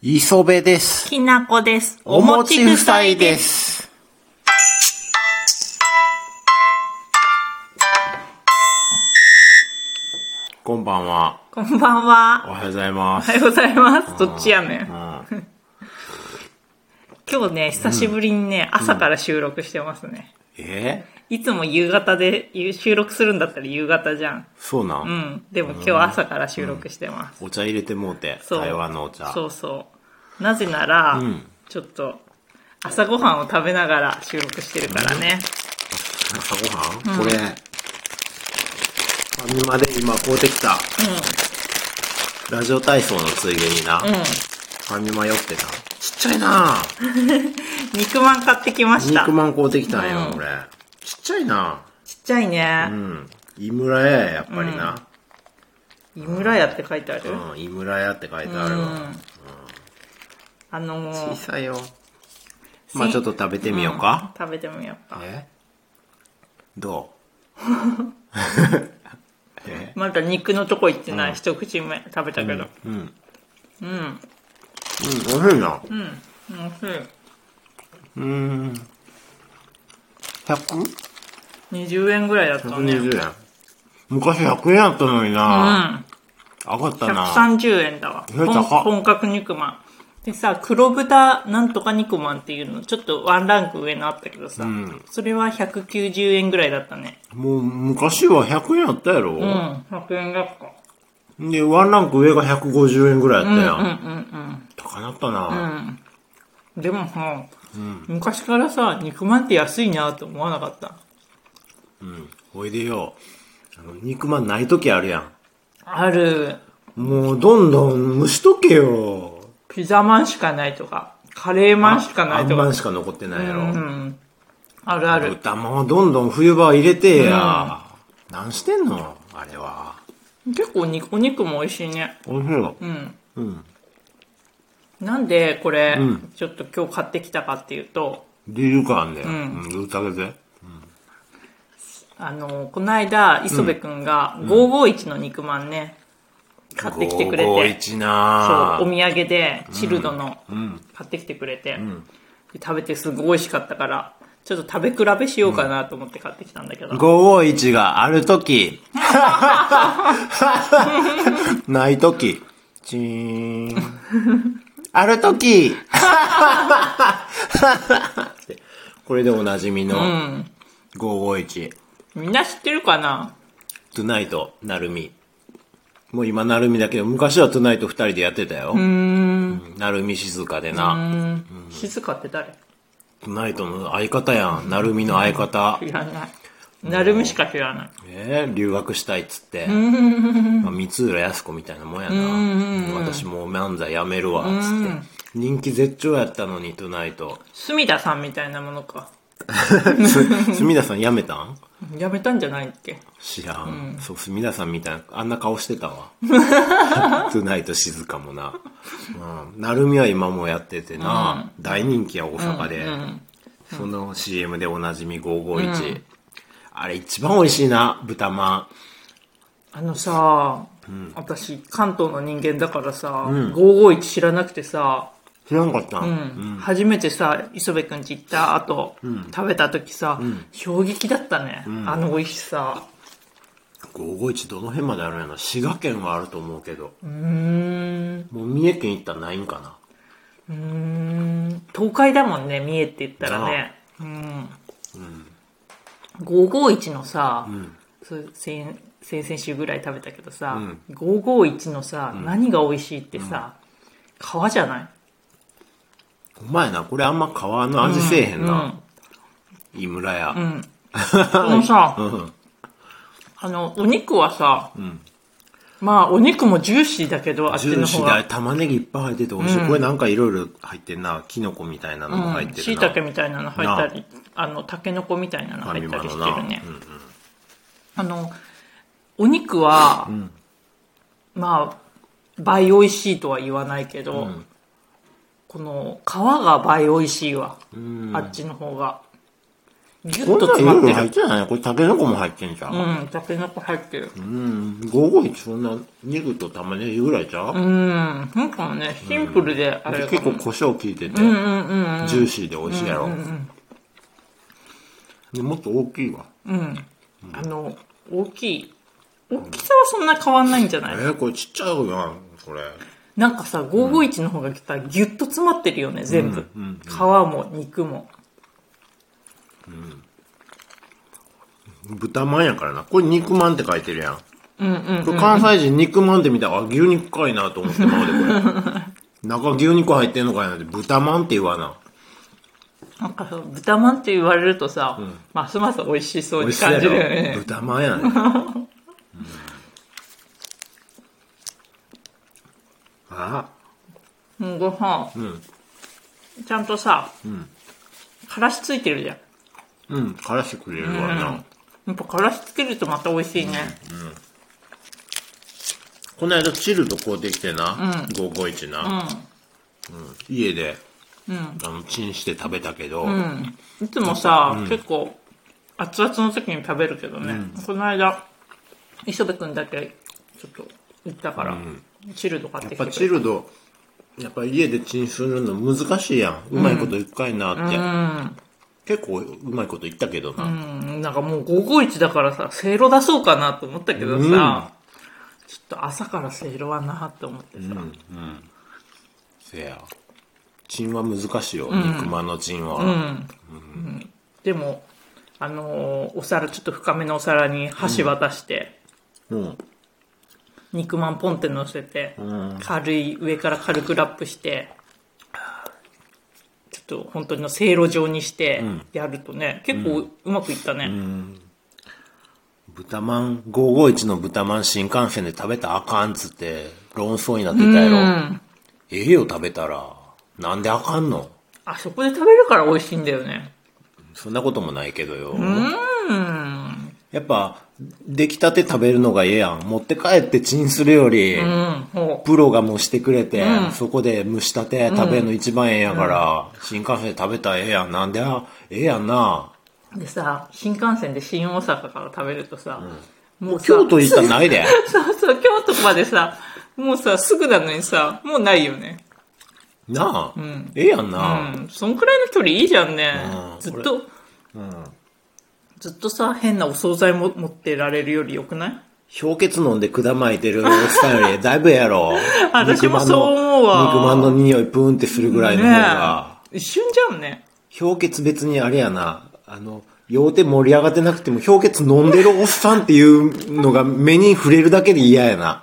磯部です。きなこです。。お餅夫妻ですす。こんばんは。こんばんおは。はようございまおはす。ようございます。どっちやねん。うん今日ね、久しぶりにね、朝から収録してますね。えいつも夕方で、ゆ収録するんだったら夕方じゃん。そうなん、うん。でも今日朝から収録してます。お茶入れてもうて、そう。台湾のお茶。そうそう。なぜなら、んちょっと、朝ごはんを食べながら収録してるからね。朝ごはん、これ、ファミマで今買うてきた。ラジオ体操のついでにな、うん。ファミマ寄ってた。ちっちゃいな肉まん買ってきました。肉ちっまん買うてきたんよ、うん俺。ちっちゃいなちゃいねう。ん。井村屋や、やっぱりな。井村屋って書いてある。うん、井村屋って書いてあるわ。あのー小さいよ。まあちょっと食べてみようか。食べてみようか。えど うえまだ肉のとこ行ってない、一口目食べたけど。うん。うん。うん、美味しいな。うん。美味しうーん。100? い。20円ぐらいだったね。 120円。昔100円やったのにうな、ん。上がったな130円だわ。え高っ本本格肉まん。でさ、黒豚なんとか肉まんっていうの、ちょっとワンランク上のあったけどさ、んそれは190円ぐらいだったね。もう昔は100円やったやうん、ろ、 100円だった。で、ワンランク上が150円ぐらいやったやん。うんうん高なったな、うん。うん。でもさ、昔からさ、肉まんって安いなって思わなかった。おいでよ。あの、肉まんない時あるやある、ん。もう、どんどん蒸しとけよ。ピザマンしかないとか、カレーマンしかないあんとまか。んしか残ってないやろ。うん。あるある。豚もどんどん冬場入れてや。何してんのあれは。結構にお肉も美味しいね。おいしいわ。うん。うん。なんでこれ、うんちょっと今日買ってきたかっていうと、理由感あんだよ。うんん。言うたげて。あの、この間、磯部くんが551の肉まんね、買ってきてくれて、 551そうな、お土産で、チルドのん買ってきてくれて、で食べてすごい美味しかったから、ちょっと食べ比べしようかなと思って買ってきたんだけど、 551があると き。ないとき。チーン。あると き。これでおなじみうのん。 551。みんな知ってるかなトゥナイト、なるみ。もう今なるみだけど、昔はトゥナイト二人でやってたよ。うんなるみ静かでな。静かって誰トゥナイトの相方やん。なるみの相方。知らない。なるみしか知らない。えー留学したいっつって、まあ、三浦康子みたいなもんやな、私もう漫才やめるわっつって、人気絶頂やったのにトゥナイト隅田さんみたいなものか。す墨田さんやめたんやめたんじゃないっけ知らん、そう墨田さんみたいなあんな顔してた わトゥナイト静かもな、うん、なるみは今もやっててな、大人気や大阪で、その CM でおなじみ551、あれ一番美味しいな豚まんあのさ、私、関東の人間だからさ、551知らなくてさ、知らんかったん、うん初めてさ、磯部くんち行った後、食べた時さ、衝撃だったね。あの美味しさ。 551どの辺まであるんやろ滋賀県はあると思うけど、うーん。もう三重県行ったらないんかなうーん。東海だもんね、三重って言ったらね。うん。551のさ、そう先先々週ぐらい食べたけどさ、551のさ、何が美味しいってさ、皮じゃないお前なこれあんま皮の味せえへんな、井村屋、このさ、んあの、お肉はさ、まあ、お肉もジューシーだけど、あっジちューのシ方ーが。で玉ねぎいっぱい入ってて美味しい、これなんかいろいろ入ってんなキノコみたいなのも入ってしるいな、たけみたいなの入ったり、あの、たけのこみたいなの入ったりしてるね。あの、お肉は、まあ、倍美味しいとは言わないけど、この皮が倍美味しいわ、あっちの方が。ギュこッんとな詰んまっいて入っる。てないね。これタケノコも入ってんじゃん。うん、タケノコ入ってる。うん。551そんな、肉と玉ねぎぐらいじゃん、うん、なんかね、シンプルであれ結かも構胡椒効いてて、うんうんジューシーで美味しいやろ。でもっと大きいわ。うん。あの、大きい。大きさはそんな変わんないんじゃなえいー、これちっちゃいやん、これ。なんかさ、551の方が来たらギュッと詰まってるよね、全部。皮も肉も。豚まんやからな。これ肉まんって書いてるやん。うんうん。これ関西人肉まんって見たら、あ、牛肉かいなと思ってまうで、こ れ。中牛肉入ってんのかいなって、豚まんって言わな。なんかさ、豚まんって言われるとさ、ますます美味しそう美に味しそう感やじるよろ。ね。豚まんや ね。うんあうん、ご飯、ちゃんとさ、からしついてるじゃん。うん、からしくれるわな。やっぱからしつけるとまた美味しいね。この間、チルド買うてきてな、551な。うん家で、あの、チンして食べたけど、いつもさ、結構、熱々の時に食べるけどね。この間、磯部くんだけ、ちょっと、行ったから、チルド買ってやっぱきてくれたチルド、やっぱ家でチンするの難しいやん。うまいこといくかいなって。結構うまいこと言ったけどな。うんなんかもう551だからさ、せいろ出そうかなと思ったけどさ、ちょっと朝からせいろはなって思ってさ、せや。チンは難しいよ、肉まんのチンは。でも、あのーお皿、ちょっと深めのお皿に箸渡して、うん。肉まんポンって乗せて、軽い、上から軽くラップして、ちょっと本当にのせいろ状にしてやるとね、結構うまくいったね。豚まん、551の豚まん新幹線で食べたらあかんっつって論争になってたやろ。ええよ、食べたら。なんであかんのあそこで食べるから美味しいんだよね。そんなこともないけどよ。やっぱ、出来たて食べるのがええやん。持って帰ってチンするより、うん、ほプロが蒸してくれて、そこで蒸したて食べるの一番ええんやから、新幹線で食べたらええやん。なんであ、ええやんな。う。でさ、新幹線で新大阪から食べるとさ、もうさ京都行ったらない で。そうそう、京都までさ、もうさ、すぐなのにさ、もうないよね。なあ、ええやんな。うん。そんくらいの距離いいじゃんねう。んずっと、ずっとさ、変なお惣菜も持ってられるよりよくない。氷結飲んで管巻いてるおっさんよりだいぶええやろ 私もそう思うわ肉まんの肉まんの匂いプーンってするぐらいの方が。ねえ一瞬じゃんね。氷結別にあれやな、あの、用手盛り上がってなくても氷結飲んでるおっさんっていうのが目に触れるだけで嫌やな。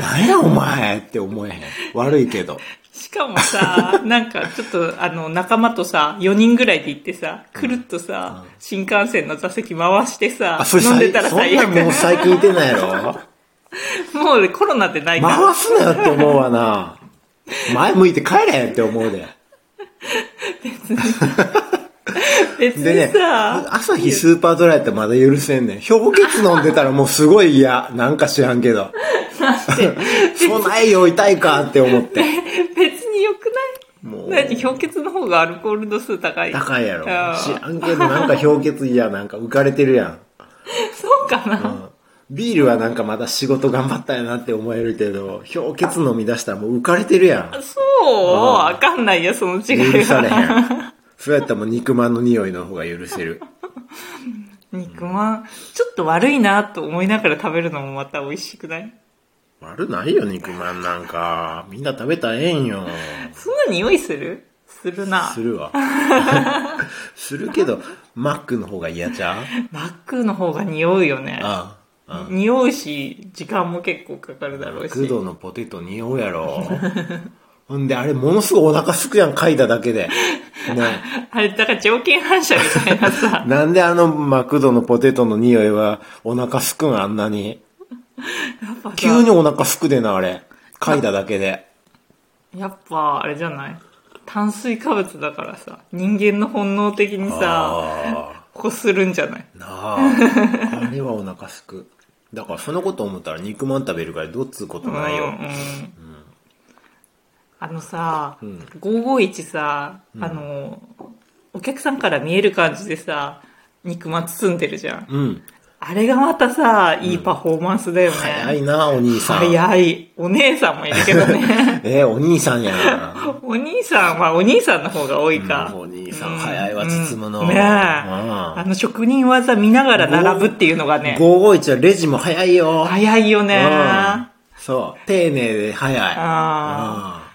なんやお前って思えへん。悪いけど。しかも さ、なんかちょっとあの仲間とさ、4人ぐらいで行ってさ、くるっとさ、新幹線の座席回してさあ、、それ飲んで最たらそん最な悪。んもう最近いてないやろ。もうコロナってないから。回すなよって思うわな。前向いて帰れって思うで。別でにね、さ、朝日スーパードライやったらまだ許せんねん。氷結飲んでたらもうすごい嫌。なんか知らんけど。 そないよ、痛いかって思って。別によくないもう何氷結の方がアルコール度数高い。高いやろ。あ知ーらんけど、なんか氷結嫌。なんか浮かれてるやん。そうかな、ビールはなんかまだ仕事頑張ったやなって思えるけど、氷結飲み出したらもう浮かれてるやん。そうわかんないよ、その違い許されへは。ん。そうやったらもう肉まんの匂いの方が許せる。肉まん、ちょっと悪いなと思いながら食べるのもまた美味しくない悪ないよ、肉まんなんか。みんな食べたらええんよ。そんな匂いするするなす。るわ。 するけど、マックの方が嫌ちゃうマックの方が匂うよね。ああ。ああ匂うし、時間も結構かかるだろう工し。藤のポテト匂うやろ。ほんで、あれ、ものすごいお腹すくやん、書いただけで。ね。。あれ、だから条件反射みたいなさ なんであの、マクドのポテトの匂いは、お腹すくん、あんなに。急にお腹すくでな、あれ。書いただけで。やっぱ、あれじゃない炭水化物だからさ、人間の本能的にさ、あこするんじゃないあ。なあ。あれはお腹すく。だから、そのこと思ったら肉まん食べるから、どっつうことないよ。うんあのさ、551さ、あの、お客さんから見える感じでさ、肉まん包んでるじゃん。うん。あれがまたさ、いいパフォーマンスだよね。早いな、お兄さん。早い。お姉さんもいるけどね。えー、お兄さんやな。お兄さんは、お兄さんの方が多いか。お兄さん、早いわ、包むの。ねえ。あの職人技見ながら並ぶっていうのがね、 551はレジも早いよ。早いよね。うんそう。丁寧で早い。あうん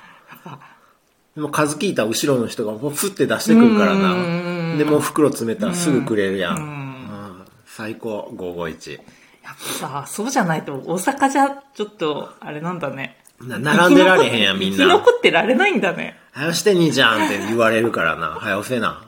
でも数聞いたら後ろの人がもうふって出してくるからうんうんうな。んで、もう袋詰めたらすぐくれるやん。うんうん最高、551。やっぱさ、そうじゃないと大阪じゃちょっと、あれなんだね。な並んでられへんやん、みん生きな。残ってられないんだね。早してにじゃんって言われるからな。早押せな。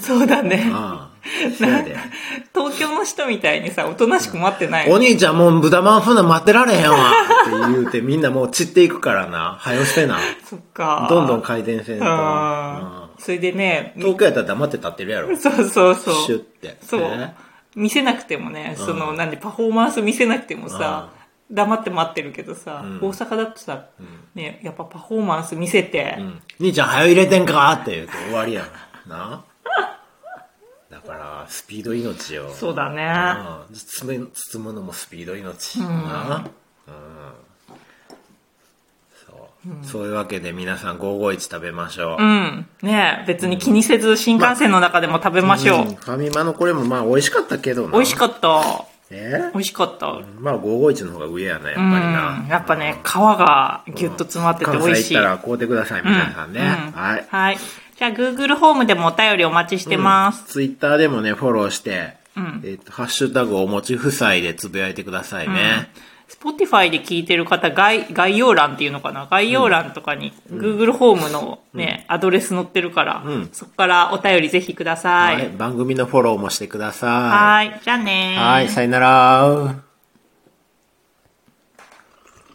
そうだね。ああ。そうやで。 東京の人みたいにさ、おとなしく待ってない。お兄ちゃんもう豚まんふんなん待ってられへんわって言うてみんなもう散っていくからな。早押してな。そっか。どんどん回転せんと。あーそれでね、うん遠くやったら黙って立ってるやろ。そうそうそう。シュって。そうね。見せなくてもね、その、なんで、パフォーマンス見せなくてもさ、黙って待ってるけどさ、大阪だとさ、ね、やっぱパフォーマンス見せて、うん兄ちゃん早入れてんかって言うと終わりやん。なだから、スピード命よ。そうだね。うん包む、包むのもスピード命。なうんそう。そういうわけで皆さん551食べましょう。うん。ね別に気にせず新幹線の中でも食べましょう。うんファミマのこれもまあ美味しかったけどな。美味しかった。え美味しかった。うん。まあ551の方が上やな、やっぱりな。やっぱね、皮がギュッと詰まってて関美味し西い。行ったら買うてください、皆さんね。うんはい。はい。じゃあ、Google ホームでもお便りお待ちしてます。ツイッターでもね、フォローして、えっと、ハッシュタグお持ち夫妻でつぶやいてくださいね。 Spotify で聞いてる方、概概要欄っていうのかな概要欄とかに Google ホームのね、アドレス載ってるから、そこからお便りぜひくださ。はいい。番組のフォローもしてくださはい。じゃあねい。はい、さよなら。